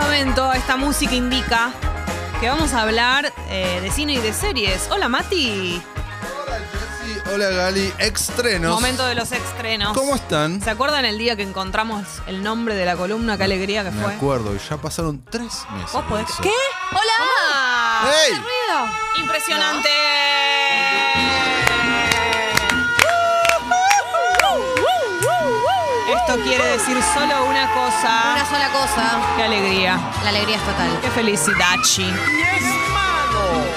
momento esta música indica que vamos a hablar eh, de cine y de series. Hola Mati, Hola Jessy, hola Gali, extrenos. momento de los estrenos. ¿Cómo están? ¿Se acuerdan el día que encontramos el nombre de la columna? Qué alegría que Me fue. acuerdo, ya pasaron tres meses. ¿Vos podés- de eso. ¿Qué? ¡Hola! ¡Ey! ¡Qué ruido! ¡Ah! Ah. ¡Impresionante! Esto quiere decir solo una cosa. Una sola cosa, ¡Qué alegría! la alegría es total. ¡Qué felicidad, chi!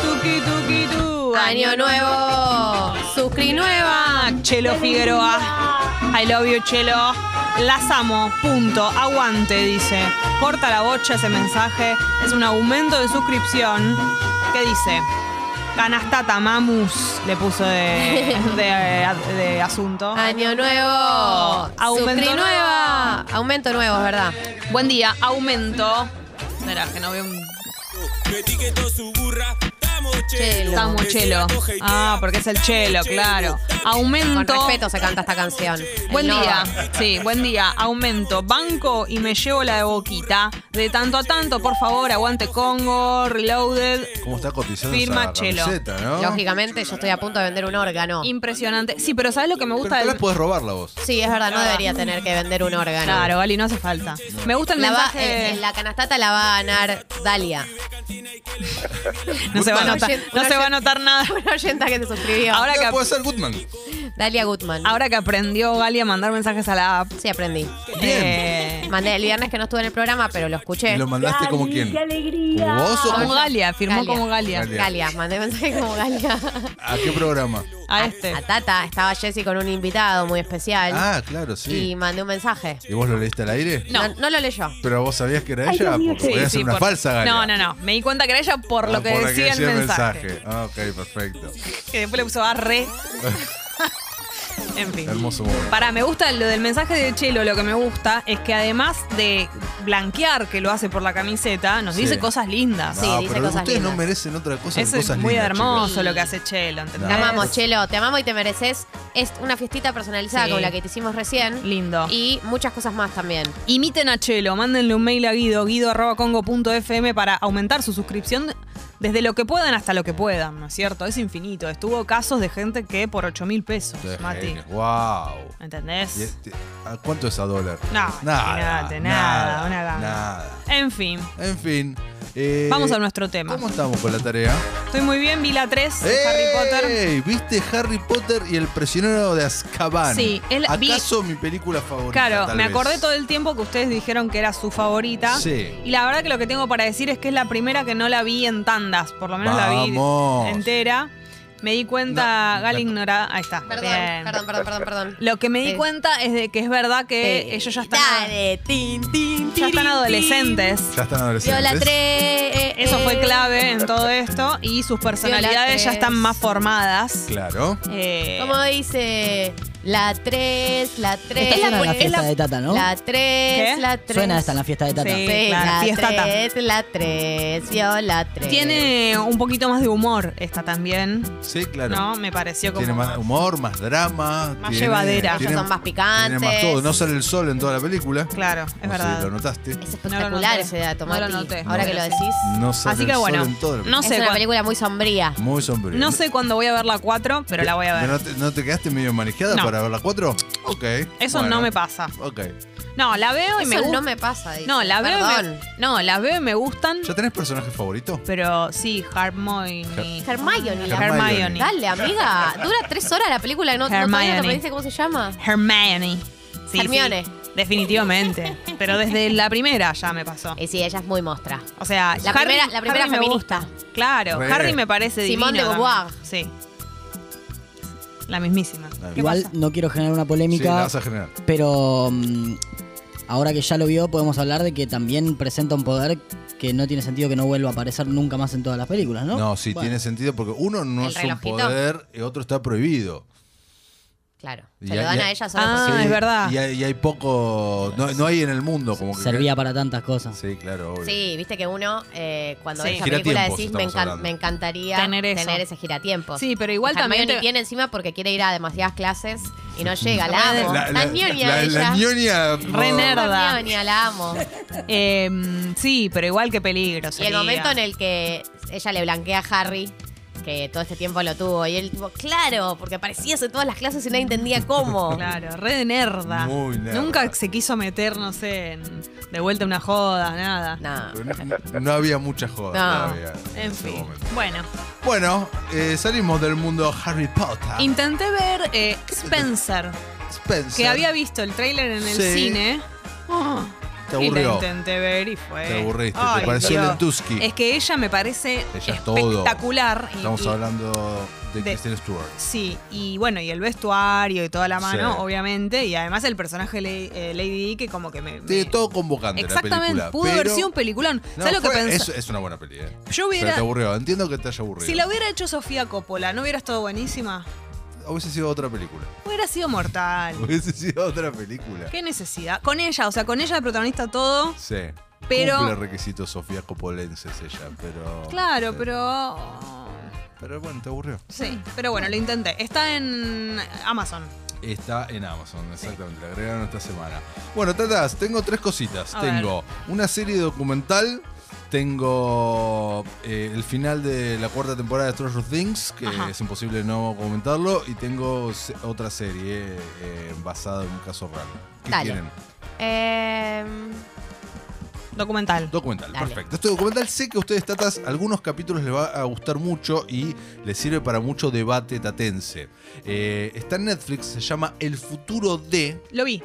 ¡Tuki, tuki, tu! Año nuevo, suscri nueva. Chelo Figueroa. I love you, Chelo. Las amo, punto. Aguante, dice. Corta la bocha ese mensaje. Es un aumento de suscripción. ¿Qué dice? Canastata Mamus le puso de, de- de asunto. Año nuevo, Aumento suscri nuevo. nueva. Aumento nuevo, es verdad. Buen día, aumento. Espera, que no veo un. Metí que todo su burra, estamos Chelo. Estamos chelo. Ah, porque es el chelo, claro. Con Aumento. respeto se canta esta canción. Buen El Nova. día, sí, buen día. Aumento, banco y me llevo la de boquita. De tanto a tanto, por favor, aguante Congo, reloaded. ¿Cómo está cotizando Firma esa Chelo. camiseta, no? Lógicamente, yo estoy a punto de vender un órgano. Impresionante. Sí, pero ¿sabes lo que me Pero gusta tal del- vez podés robarla vos. Sí, es verdad, no debería tener que vender un órgano. Claro, Gali, no hace falta. Me gusta el La va- mensaje. en- en la canastata la va a ganar Dalia. No se va a Una notar, oyen- no una se va a oyen- notar nada. Una oyenta que se suscribió. Ahora Ya que- puede ser Goodman. Dalia Gutman. Ahora que aprendió Gali a mandar mensajes a la app. sí aprendí. Bien. eh, Mandé el viernes que no estuve en el programa, pero lo escuché. ¿Y lo mandaste como quién? ¡Qué alegría! ¿Como vos o como como- Galia, firmó Galia. como Galia. Galia. Galia, mandé mensaje como Galia. ¿A qué programa? A este. A Tata estaba Jessy con un invitado muy especial Ah, claro, y sí. Ah. mandé un mensaje. ¿Y vos lo leíste al aire? No. lo leyó. ¿Pero vos sabías que era Ay, ella? Dios mío, Porque sí, podía sí, ser una por- falsa Galia. No, no, no. Me di cuenta que era ella por Ah, lo que por decía el mensaje. Ah, ok, perfecto. Que después le puso arre. en fin. Hermoso momento. Para, me gusta lo del mensaje de Chelo, lo que me gusta es que además de blanquear que lo hace por la camiseta, nos Sí. dice cosas lindas. Sí, no, dice pero cosas ustedes no lindas. merecen otra cosa Eso que es cosas muy lindas, hermoso chicos. lo que hace Chelo, ¿entendés? Te No. amamos, Chelo, te amamos y te mereces. Es una fiestita personalizada Sí. como la que te hicimos recién. Lindo. Y muchas cosas más también. Imiten a Chelo, mándenle un mail a guido, guido.congo.fm para aumentar su suscripción desde lo que puedan hasta lo que puedan, ¿no es cierto? Es infinito. Estuvo casos de gente que por 8 mil pesos, Ustedes Mati. genios. Wow. ¿Entendés? Y este- ¿a ¿Cuánto es a dólar? No, imagínate, nada, una ganga. Nada. En fin, En fin. eh, vamos a nuestro tema. ¿Cómo estamos con la tarea? Estoy muy bien, vi la 3 de ¡Eh! Harry Potter. ¡Ey! ¿Viste Harry Potter y el prisionero de Azkaban? Sí, él- vi- ¿Acaso mi película favorita? Claro, tal me vez? acordé todo el tiempo que ustedes dijeron que era su favorita. Sí. Y la verdad que lo que tengo para decir es que es la primera que no la vi en tandas, por lo menos la Vamos. vi entera. Me di cuenta, No, Gal no. ignora. Ahí está. Perdón, bien. perdón, perdón, perdón, perdón. Lo que me di Sí. cuenta es de que es verdad que Sí. Eh, ellos ya están, Eh, Dale, tin, tin, ya tirin, están tin. adolescentes. Ya están Yo adolescentes. la tres. eh, Eso fue clave en todo esto. Y sus personalidades ya tres. están más formadas. Claro. Eh, ¿Cómo dice? La 3, la 3. Esta suena en la fiesta de Tata, ¿no? La ¿Qué? 3, la 3. Suena esta en la fiesta de Tata. Sí. Sí, claro, la fiesta Tata. 3, la 3, yo la 3. Tiene un poquito más de humor esta también, Sí, claro. ¿no? Me pareció como... Tiene más humor, más drama. Más tiene- llevadera. Ellos Tiene, son tiene más picantes. más todo. No sale el sol en toda la película. Claro, es No sé verdad. si lo notaste. Es No lo espectacular noté. ese dato, No lo Mati. noté. Ahora No. que lo decís. No sale Así que el bueno, sol en toda la película. no sé es una cuán- película muy sombría. Muy sombrío. No sé cuándo voy a ver la 4, pero la voy a ver. ¿No te, no te quedaste medio manejada No. para ver la 4? Ok. Eso bueno. no me pasa. Ok. No, la veo y Eso me gusta. no me pasa. dice. No, la veo, y me... Perdón. no, la veo y me gustan, ¿Ya tenés personaje favorito? pero sí, Hermione. Hermione, la- Hermione. Dale, amiga. Dura tres horas la película y no, no todavía Hermione. no te dice cómo se llama. Hermione. Sí, Hermione. sí, definitivamente. Pero desde la primera ya me pasó. Y sí, ella es muy mostra. O sea, Eh, La Harry- primera- la primera Harry me feminista. gusta. Claro, Re. Harry me parece divino. Simone de también. Beauvoir. Sí. La mismísima. Dale. ¿Qué Igual pasa? no quiero generar una Sí, la polémica, vas a generar. pero mm, ahora que ya lo vio, podemos hablar de que también presenta un poder que no tiene sentido que no vuelva a aparecer nunca más en todas las películas, ¿no? No, sí, Bueno, tiene sentido porque uno no El es un relojito. poder y otro está prohibido. Claro. Y Se lo a- dan y a- a ella solo Ah, porque- es verdad. Y hay, y hay poco. No, no hay en el mundo como que. Servía para tantas cosas. Sí, claro, obvio. Sí, viste que uno eh, cuando Sí. ves la Giratiempos película decís me, estamos encan- hablando. me encantaría Tener tener, eso. ese giratiempo. Sí, pero igual Y Hermione también te- tiene encima porque quiere ir a demasiadas clases y no llega, la amo. La, Tan la, ñoña la- ella. la ñoña. Re nerd. no. Tan Nerda. ñoña, la amo. Eh, sí, pero igual qué peligro. Y el sería. momento en el que ella le blanquea a Harry, que todo este tiempo lo tuvo, y él tipo, claro, porque aparecías en todas las clases y nadie entendía cómo. Claro, re de nerda. Muy nerda. Nunca se quiso meter, no sé, en- de vuelta una joda, nada. No. No, no había mucha joda No. todavía en En ese fin. momento. Bueno, Bueno, eh, salimos del mundo Harry Potter. intenté ver eh, Spencer, Spencer. que había visto el tráiler en el Sí. Ah. cine. Oh, Te Y la aburrió. intenté ver y fue. Te aburriste, te Ay, pareció Dios. Lentuski. Es que ella me parece Ella es todo. espectacular. y- Estamos y- hablando de, de- Kristen Stewart. Sí, y bueno, y el vestuario y toda la mano, Sí. obviamente. Y además el personaje la- eh, Lady Di, que como que me. De me- todo convocante Exactamente, la película. pudo pero- haber sido un peliculón. No, ¿Sabes lo que fue- pensé? Es, es una buena peli, eh. Yo Pero hubiera. te aburrió, entiendo que te haya aburrido. Si la hubiera hecho Sofía Coppola, ¿no hubiera estado buenísima? Hubiese sido otra película. Hubiera sido mortal. Hubiese sido otra película. Qué necesidad. Con ella, o sea, con ella de protagonista todo. Sí. Pero- Cumple requisitos Sofía Copolenses ella, pero. Claro, sí. pero. Pero bueno, te aburrió. Sí, pero bueno, lo intenté. Está en Amazon. Está en Amazon, exactamente. La agregaron esta semana. Bueno, tatas, tengo tres cositas. A tengo una serie documental. Tengo eh, el final de la cuarta temporada de Stranger Things, que Ajá. es imposible no comentarlo. Y tengo se- otra serie eh, basada en un caso real. ¿Qué Dale. quieren? Eh, Documental. Documental, Dale. perfecto. Este documental sé que a ustedes, tatas, algunos capítulos les va a gustar mucho y les sirve para mucho debate tatense. Eh, está en Netflix, se llama El futuro de. Lo vi,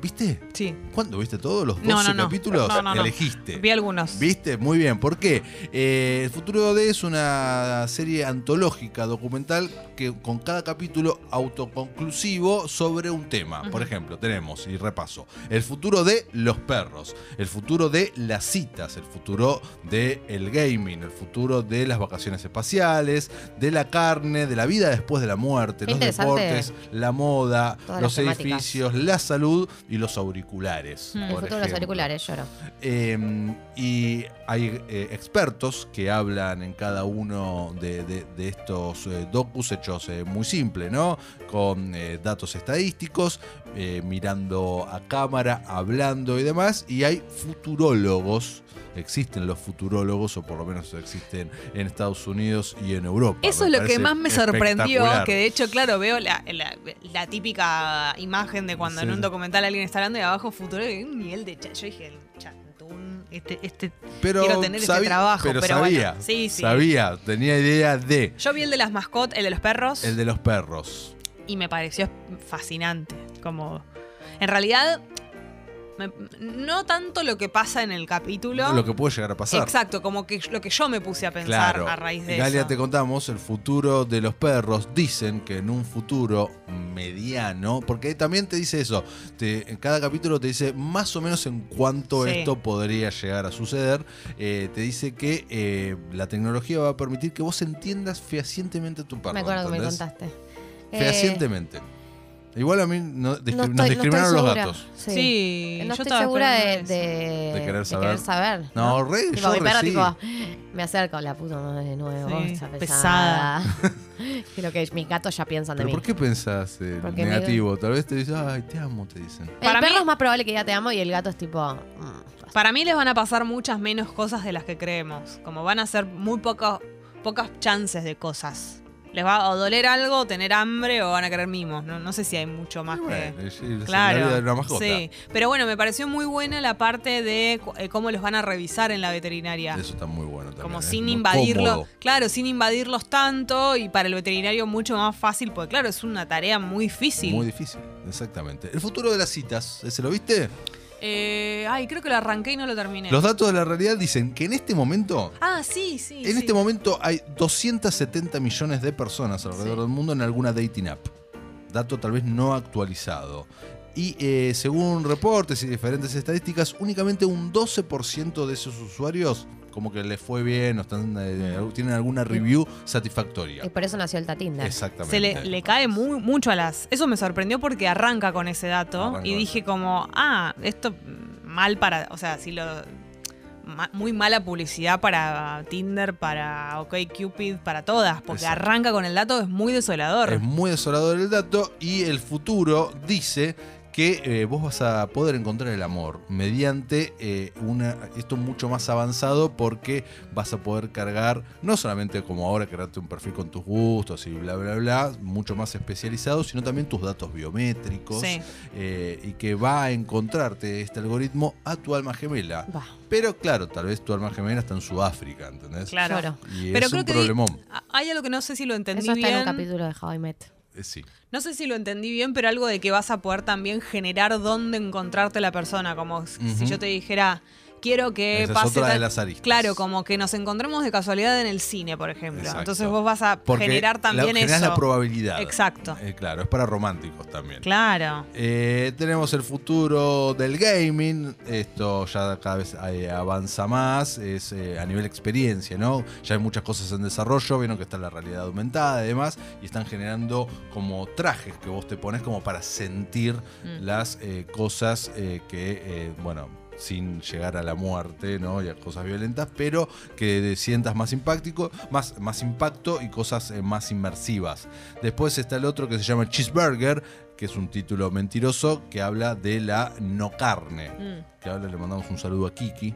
¿Viste? sí. ¿Cuándo viste todos los 12 No, no, no. capítulos? No, no, no. Elegiste. Vi algunos. ¿Viste? Muy bien. ¿Por qué? Eh, el futuro de es una serie antológica, documental, que con cada capítulo autoconclusivo sobre un tema. Por ejemplo, tenemos, y repaso, el futuro de los perros, el futuro de las citas, el futuro de el gaming, el futuro de las vacaciones espaciales, de la carne, de la vida después de la muerte, Qué los interesante. deportes, la moda, Todas los las temáticas. Hmm, edificios, la salud y los auriculares. Mm. el por futuro de los ejemplo. auriculares, lloro. Eh, y hay eh, expertos que hablan en cada uno de, de- de estos eh, docus hechos eh, muy simple, ¿no? Con eh, datos estadísticos, eh, mirando a cámara, hablando y demás. Y hay futurólogos. Existen los futurólogos, o por lo menos existen en Estados Unidos y en Europa. Eso Me es lo que parece más me sorprendió, espectacular. que de hecho, claro, veo la, la- la típica imagen de cuando Sí. en un documental alguien está hablando y abajo futuro y un nivel de chat. Yo dije, chantún, este, este. pero quiero tener este sabi- trabajo, Pero, pero sabía, bueno. Sí, sí. sabía, tenía idea de Yo vi el de las mascotas, el de los perros, el de los perros. y me pareció fascinante. Como. En realidad, me- no tanto lo que pasa en el capítulo. Lo que puede llegar a pasar. Exacto, como que lo que yo me puse a pensar Claro. a raíz de Galia, eso. te contamos el futuro de los perros. Dicen que en un futuro mediano, porque también te dice eso, te- en cada capítulo te dice más o menos en cuánto Sí. esto podría llegar a suceder. Eh, te dice que eh, la tecnología va a permitir que vos entiendas fehacientemente a tu perro. me acuerdo que me ¿entendés? contaste. Eh, Fehacientemente. Igual a mí no- discri- no estoy- no nos estoy discriminaron los segura. gatos. Sí. Sí, no Eh, yo estoy estaba segura de, esperando de, eso. De querer saber. saber, No, re, Tipo, yo mi re perro, sí. tipo, me acerco, la puta madre de nuevo, Sí, está pesada. pesada. y lo que mis gatos ya piensan de ¿Pero mí. por qué pensás eh, Porque me- negativo? Tal vez te dicen, ay, te amo, te dicen. El Para perro mí- es más probable que ya te amo y el gato es tipo. mm, Para mí les van a pasar muchas menos cosas de las que creemos. Como van a ser muy pocas pocas chances de cosas. Les va a doler algo, tener hambre o van a querer mimos. No, no sé si hay mucho más Y Ah, bueno, que. es- es la Claro. vida de una mascota. Sí. Pero bueno, me pareció muy buena la parte de cu- eh, cómo los van a revisar en la veterinaria. Eso está muy bueno también. Como es sin muy invadirlos. cómodo. Claro, sin invadirlos tanto y para el veterinario mucho más fácil, porque claro, es una tarea muy difícil. Muy difícil, exactamente. El futuro de las citas, ¿se lo viste? Eh, ay, creo que lo arranqué y no lo terminé. Los datos de la realidad dicen que en este momento, Ah, sí, sí. en sí. este momento hay 270 millones de personas alrededor Sí. del mundo en alguna dating app. Dato tal vez no actualizado. Y eh, según reportes y diferentes estadísticas, únicamente un 12% de esos usuarios como que les fue bien o están, eh, tienen alguna review satisfactoria. Y por eso nació el Tatinder. Exactamente. Se le, le cae muy, mucho a las. Eso me sorprendió porque arranca con ese dato Arranca y con dije como, ah, esto mal para, o sea, si lo ma- muy mala publicidad para Tinder, para OkCupid, para todas, porque Exacto. arranca con el dato es muy desolador. Es muy desolador el dato y el futuro dice que eh, vos vas a poder encontrar el amor mediante eh, una, esto mucho más avanzado porque vas a poder cargar, no solamente como ahora crearte un perfil con tus gustos y bla, bla, bla, mucho más especializado, sino también tus datos biométricos Sí. eh, y que va a encontrarte este algoritmo a tu alma gemela. Bah, Pero claro, tal vez tu alma gemela está en Sudáfrica, ¿entendés? Claro. Lloro. Y Pero es creo un que di- problemón. a- hay algo que no sé si lo entendí Eso está en bien. un capítulo de How I Met. Eh, Sí. No sé si lo entendí bien, pero algo de que vas a poder también generar dónde encontrarte la persona. Como s- si Ujú. yo te dijera, quiero que Esa es pase. otra de tal- las aristas. Claro, como que nos encontremos de casualidad en el cine, por ejemplo. Exacto. Entonces vos vas a Porque generar también la, generás eso. la probabilidad. Exacto. Eh, claro, es para románticos también. Claro. Eh, tenemos el futuro del gaming. Esto ya cada vez eh, avanza más. Es eh, a nivel experiencia, ¿no? Ya hay muchas cosas en desarrollo. Vieron que está la realidad aumentada y demás. Y están generando como trajes que vos te pones como para sentir las eh, cosas eh, que, eh, bueno sin llegar a la muerte ¿no? y a cosas violentas, pero que sientas más, impactico, más, más impacto y cosas eh, más inmersivas. Después está el otro que se llama Cheeseburger, que es un título mentiroso que habla de la no carne. Mm. Que ahora le mandamos un saludo a Kiki.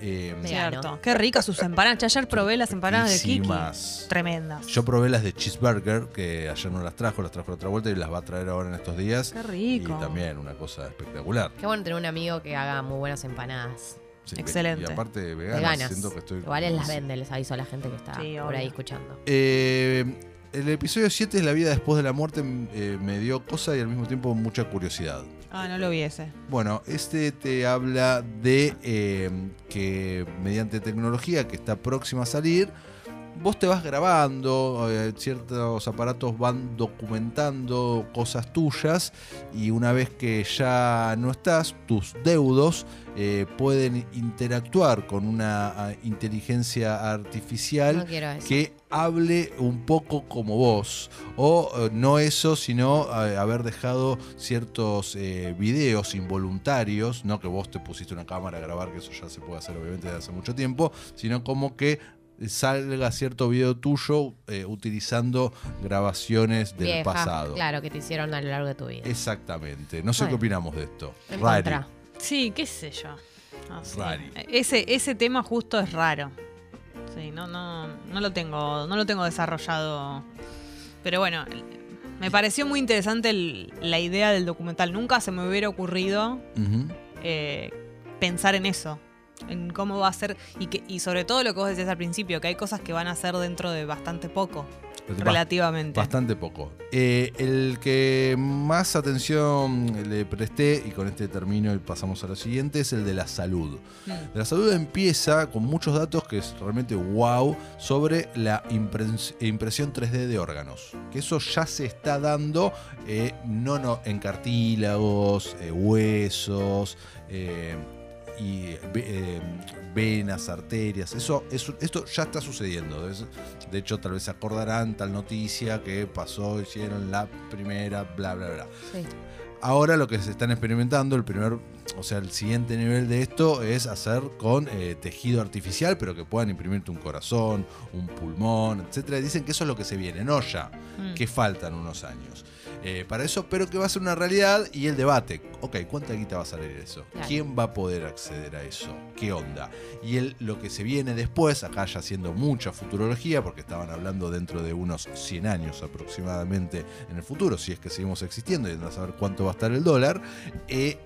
eh, Vegano. Cierto. Qué ricas sus empanadas. Yo Ayer probé las empanadas de Kiki. riquísimas. Tremendas. yo probé las de Cheeseburger, que ayer no las trajo, las trajo otra vuelta y las va a traer ahora en estos días. Qué rico. Y también una cosa espectacular. Qué bueno tener un amigo que haga muy buenas empanadas. Sí, Excelente. Y aparte veganas, Veganas. siento que estoy... Igual él las vende, les aviso a la gente que está Sí, por obvio. ahí escuchando. Eh, el episodio 7 es la vida después de la muerte. m- eh, me dio cosa y al mismo tiempo mucha curiosidad. Ah, no lo viese. Bueno, este te habla de eh, que mediante tecnología que está próxima a salir, vos te vas grabando, eh, ciertos aparatos van documentando cosas tuyas y una vez que ya no estás, tus deudos eh, pueden interactuar con una ah, inteligencia artificial No quiero eso. que hable un poco como vos. O eh, no eso, sino eh, haber dejado ciertos eh, videos involuntarios, no que vos te pusiste una cámara a grabar, que eso ya se puede hacer obviamente desde hace mucho tiempo, sino como que salga cierto video tuyo eh, utilizando grabaciones del Viejas, pasado. Claro, que te hicieron a lo largo de tu vida. Exactamente. No sé Bueno. qué opinamos de esto. En Rari. contra. Sí, qué sé yo. No sé. Rari. Ese, ese tema justo es raro. Sí, no, no, no lo tengo, no lo tengo desarrollado. Pero bueno, me pareció muy interesante el- la idea del documental. Nunca se me hubiera ocurrido Ujú. eh, pensar en eso. En cómo va a ser. Y, que, y sobre todo lo que vos decías al principio, que hay cosas que van a ser dentro de bastante poco, Va- relativamente. Bastante poco. Eh, el que más atención le presté, y con este termino y pasamos a lo siguiente, es el de la salud. Mm. De la salud empieza con muchos datos que es realmente wow sobre la impres- impresión 3D de órganos. Que eso ya se está dando eh, no, no, en cartílagos, eh, huesos. eh, y ve- eh, venas, arterias, eso, eso, esto ya está sucediendo. Es- de hecho, tal vez se acordarán tal noticia que pasó, hicieron la primera, bla, bla, bla. Sí. Ahora lo que se están experimentando, el primer, o sea, el siguiente nivel de esto es hacer con eh, tejido artificial, pero que puedan imprimirte un corazón, un pulmón, etcétera. Dicen que eso es lo que se viene, no ya, Mm. que faltan unos años. eh, para eso, pero que va a ser una realidad y el debate. Ok, ¿cuánta guita va a salir eso? Claro. ¿Quién va a poder acceder a eso? ¿Qué onda? Y el- lo que se viene después, acá ya haciendo mucha futurología, porque estaban hablando dentro de unos 100 años aproximadamente en el futuro, si es que seguimos existiendo y andás a saber cuánto va a estar el dólar, eh,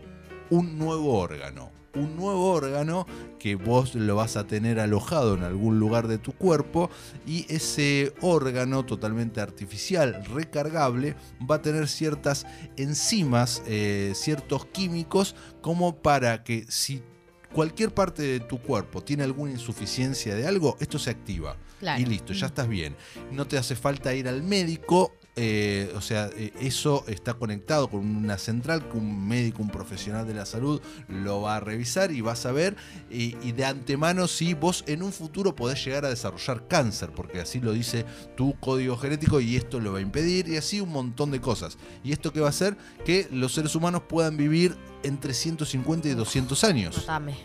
un nuevo órgano. Un nuevo órgano que vos lo vas a tener alojado en algún lugar de tu cuerpo y ese órgano totalmente artificial, recargable, va a tener ciertas enzimas, eh, ciertos químicos, como para que si cualquier parte de tu cuerpo tiene alguna insuficiencia de algo, esto se activa. Claro. Mm. Y listo, ya estás bien. No te hace falta ir al médico eh, o sea, eh, eso está conectado con una central que un médico, un profesional de la salud lo va a revisar y va a saber eh, y de antemano si vos en un futuro podés llegar a desarrollar cáncer, porque así lo dice tu código genético y esto lo va a impedir y así un montón de cosas. ¿Y esto qué va a hacer? Que los seres humanos puedan vivir entre 150 y 200 años. Matame.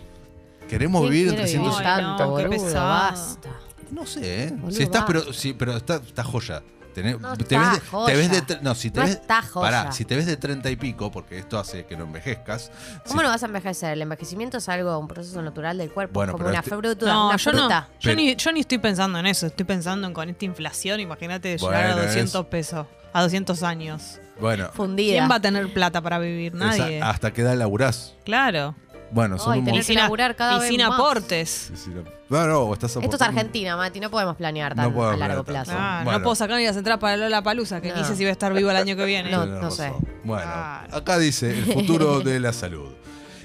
Queremos ¿Quién vivir quiere entre vivir 150 Ay, no, tanto, qué boludo, pesado. basta. no sé, ¿eh? Boludo, si estás, basta. pero, si, pero está, está joya. Tenés- No te, está ves de, joya. te ves de tre- No, si te No ves. está joya. pará, si te ves de 30 y pico, porque esto hace que no envejezcas. si- ¿Cómo no vas a envejecer? El envejecimiento es algo, un proceso natural del cuerpo, Bueno, como pero una, este- fruta, No, una yo no. fruta. Yo Pero- ni, yo ni estoy pensando en eso. Estoy pensando en con esta inflación. Imagínate de llegar Bueno, a es- 200 pesos, a 200 años. Bueno, Fundida. ¿Quién va a tener plata para vivir? Nadie. esa- ah. hasta que da laburás. Claro. Bueno, son Ay, un tenés- Y que montón. sin, a- laburar cada y vez sin más. aportes. Sí, sí, no- No, no, estás Esto es aportando- Argentina, Mati, no podemos planear No tan podemos a largo planear plazo. tanto. Ah, Bueno. No puedo sacar ni las entradas para Lola Palusa, que No. ni sé si voy a estar vivo el año que viene. No. Tenés sé. razón. Bueno, ¿eh? Claro. acá dice el futuro de la salud.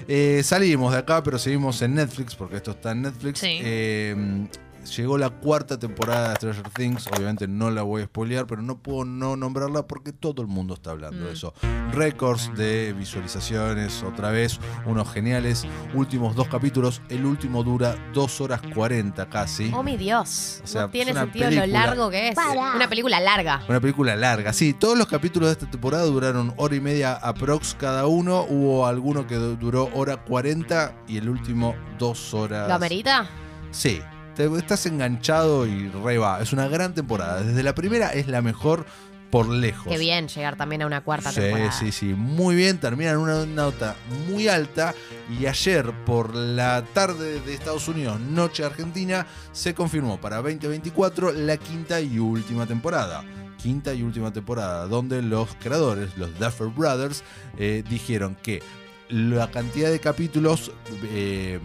Eh, salimos de acá, pero seguimos en Netflix, porque esto está en Netflix. Sí. Eh, llegó la cuarta temporada de Stranger Things. Obviamente no la voy a spoilear, pero no puedo no nombrarla porque todo el mundo está hablando de Mm. eso. Récords de visualizaciones, otra vez, unos geniales. Últimos dos capítulos. El último dura 2 horas 40 casi. Oh, mi Dios. Mm. O sea, no tiene es una sentido lo película. largo que es. Una película larga. Una película larga. Sí, todos los capítulos de esta temporada duraron hora y media aprox cada uno. Hubo alguno que du- duró hora 40 y el último dos horas. ¿Lo amerita? Sí. Te- estás enganchado y re va. Es una gran temporada. Desde la primera es la mejor por lejos. Qué bien llegar también a una cuarta Sí, temporada. sí, sí. Muy bien. Terminan una nota muy alta. Y ayer, por la tarde de Estados Unidos, noche argentina, se confirmó para 2024 la quinta y última temporada. Quinta y última temporada, donde los creadores, los Duffer Brothers, eh, dijeron que la cantidad de capítulos. eh,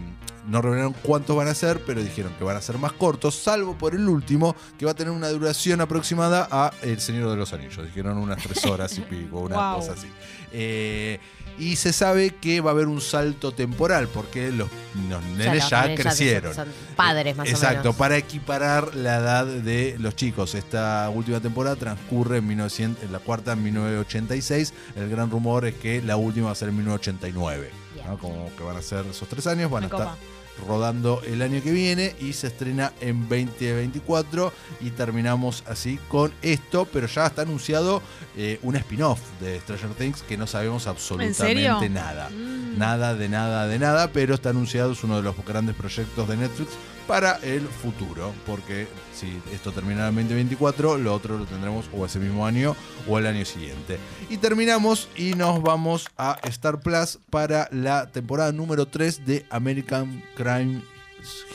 no revelaron cuántos van a ser, pero dijeron que van a ser más cortos, salvo por el último, que va a tener una duración aproximada a El Señor de los Anillos. Dijeron unas tres horas y pico, una Wow. cosa así. Eh, y se sabe que va a haber un salto temporal, porque los, los O sea, nenes los ya nenes crecieron. Son, son padres, más Exacto, o menos. para equiparar la edad de los chicos. Esta última temporada transcurre en, 1900, en la cuarta en 1986. El gran rumor es que la última va a ser en 1989. Bien. ¿no? Como que van a ser esos tres años, van Me a estar copa. rodando el año que viene y se estrena en 2024 y terminamos así con esto, pero ya está anunciado eh, un spin-off de Stranger Things que no sabemos absolutamente serio? nada. Mm. Nada de nada de nada, pero está anunciado, es uno de los grandes proyectos de Netflix para el futuro, porque si esto termina en 2024, lo otro lo tendremos o ese mismo año o el año siguiente. Y terminamos y nos vamos a Star Plus para la temporada número 3 de American Crime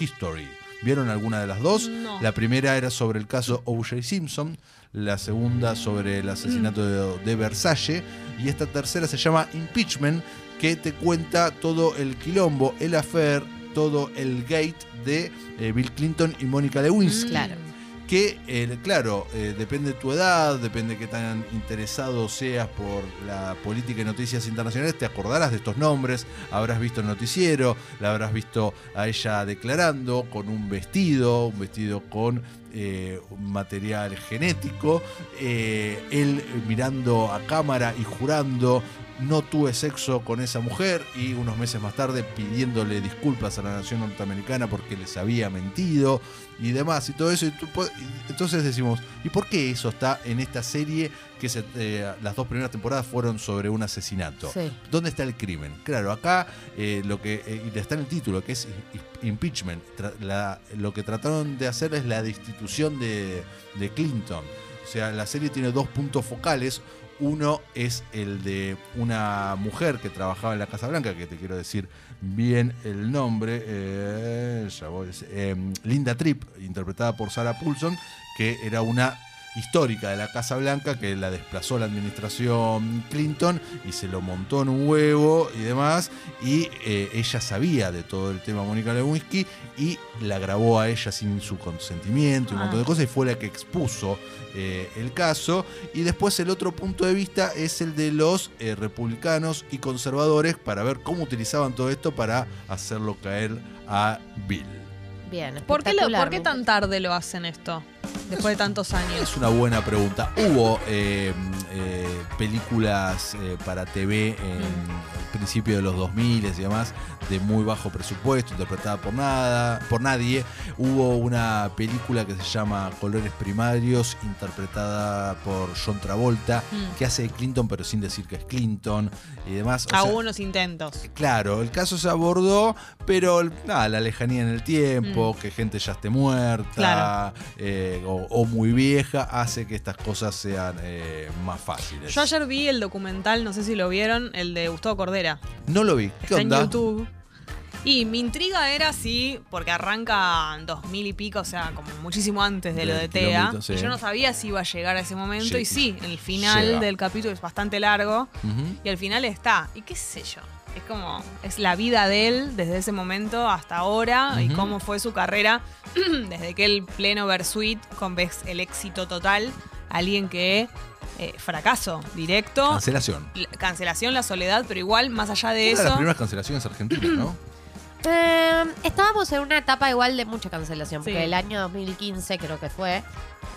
History. ¿Vieron alguna de las dos? No. La primera era sobre el caso O.J. Simpson, la segunda sobre el asesinato de, de Versalles y esta tercera se llama Impeachment, que te cuenta todo el quilombo, el affair, todo el gate de eh, Bill Clinton y Mónica Lewinsky Claro. que, eh, claro, eh, depende de tu edad, depende de qué tan interesado seas por la política y noticias internacionales, te acordarás de estos nombres, habrás visto el noticiero, la habrás visto a ella declarando con un vestido, un vestido con eh, un material genético, eh, él mirando a cámara y jurando. No tuve sexo con esa mujer y unos meses más tarde pidiéndole disculpas a la nación norteamericana porque les había mentido y demás y todo eso. y tú po- y entonces decimos, ¿y por qué eso está en esta serie que se- eh, las dos primeras temporadas fueron sobre un asesinato? Sí. ¿Dónde está el crimen? Claro, acá eh, lo que eh, y está en el título, que es i- impeachment. Tra- la- lo que trataron de hacer es la destitución de, de Clinton. O sea, la serie tiene dos puntos focales. Uno es el de una mujer que trabajaba en la Casa Blanca, que te quiero decir bien el nombre, eh, ya voy, es, eh, Linda Tripp, interpretada por Sarah Paulson, que era una histórica de la Casa Blanca que la desplazó la administración Clinton y se lo montó en un huevo y demás. Y eh, ella sabía de todo el tema Mónica Lewinsky y la grabó a ella sin su consentimiento y un montón de cosas y fue la que expuso eh, el caso. Y después el otro punto de vista es el de los eh, republicanos y conservadores para ver cómo utilizaban todo esto para hacerlo caer a Bill. Bien. ¿Por qué, lo- espectacular, por qué me tan tarde lo hacen esto? después de tantos años? Es una buena pregunta. Hubo eh, eh, películas eh, para TV en principio de los 2000 y demás, de muy bajo presupuesto, interpretada por nada, por nadie. Hubo una película que se llama Colores Primarios, interpretada por John Travolta, Mm. que hace de Clinton, pero sin decir que es Clinton y demás. O sea, Algunos intentos. Claro, el caso se abordó, pero nada, la lejanía en el tiempo, que gente ya esté muerta Mm. Claro. eh, o, o muy vieja, hace que estas cosas sean eh, más fáciles. Yo ayer vi el documental, no sé si lo vieron, el de Gustavo Cordera. No lo vi. ¿Qué Está en onda? YouTube. Y mi intriga era si, porque arranca en 2000 y pico, o sea, como muchísimo antes de lo Del de TEA. kilómetro, sí. Y yo no sabía si iba a llegar a ese momento. Lle- y sí, el final llega. del capítulo es bastante largo. Ujú. Y al final está. Y qué sé yo. Es como, es la vida de él desde ese momento hasta ahora y Ujú. cómo fue su carrera desde que el pleno Versuit con ves el éxito total, alguien que eh, fracaso directo, Cancelación. la- cancelación, la soledad, pero igual más allá de Una de las eso, primeras cancelaciones argentinas, ¿no? Eh, estábamos en una etapa igual de mucha cancelación, porque Sí. el año 2015 creo que fue,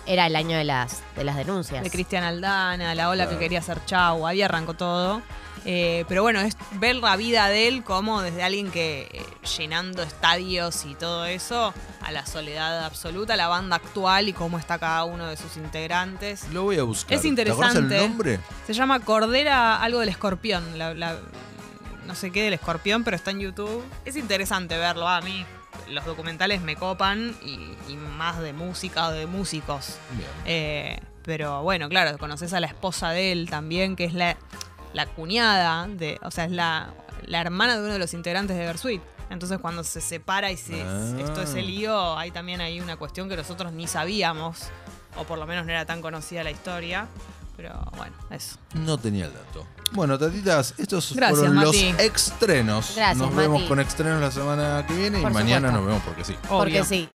era el año de las, de las denuncias. de Cristian Aldana, la ola Claro. que quería hacer Chau, ahí arrancó todo. Eh, pero bueno, es ver la vida de él como desde alguien que eh, llenando estadios y todo eso, a la soledad absoluta, la banda actual y cómo está cada uno de sus integrantes. Lo voy a buscar. Es ¿Te acordás el interesante. nombre? Se llama Cordera, algo del escorpión. la- la- no sé qué del escorpión, pero está en YouTube. Es interesante verlo. A mí los documentales me copan y, y más de música o de músicos. Bien. Eh, pero bueno, claro, conoces a la esposa de él también, que es la, la cuñada de. O sea, es la, la hermana de uno de los integrantes de Versuit. Entonces, cuando se separa y se, Ah. esto es el lío, ahí también hay una cuestión que nosotros ni sabíamos, o por lo menos no era tan conocida la historia. Pero bueno, eso. No tenía el dato. Bueno, tatitas, estos Gracias, fueron Mati. los estrenos. Gracias, nos vemos Mati. con estrenos la semana que viene y Por mañana supuesto. nos vemos porque sí. Porque Obvio. sí.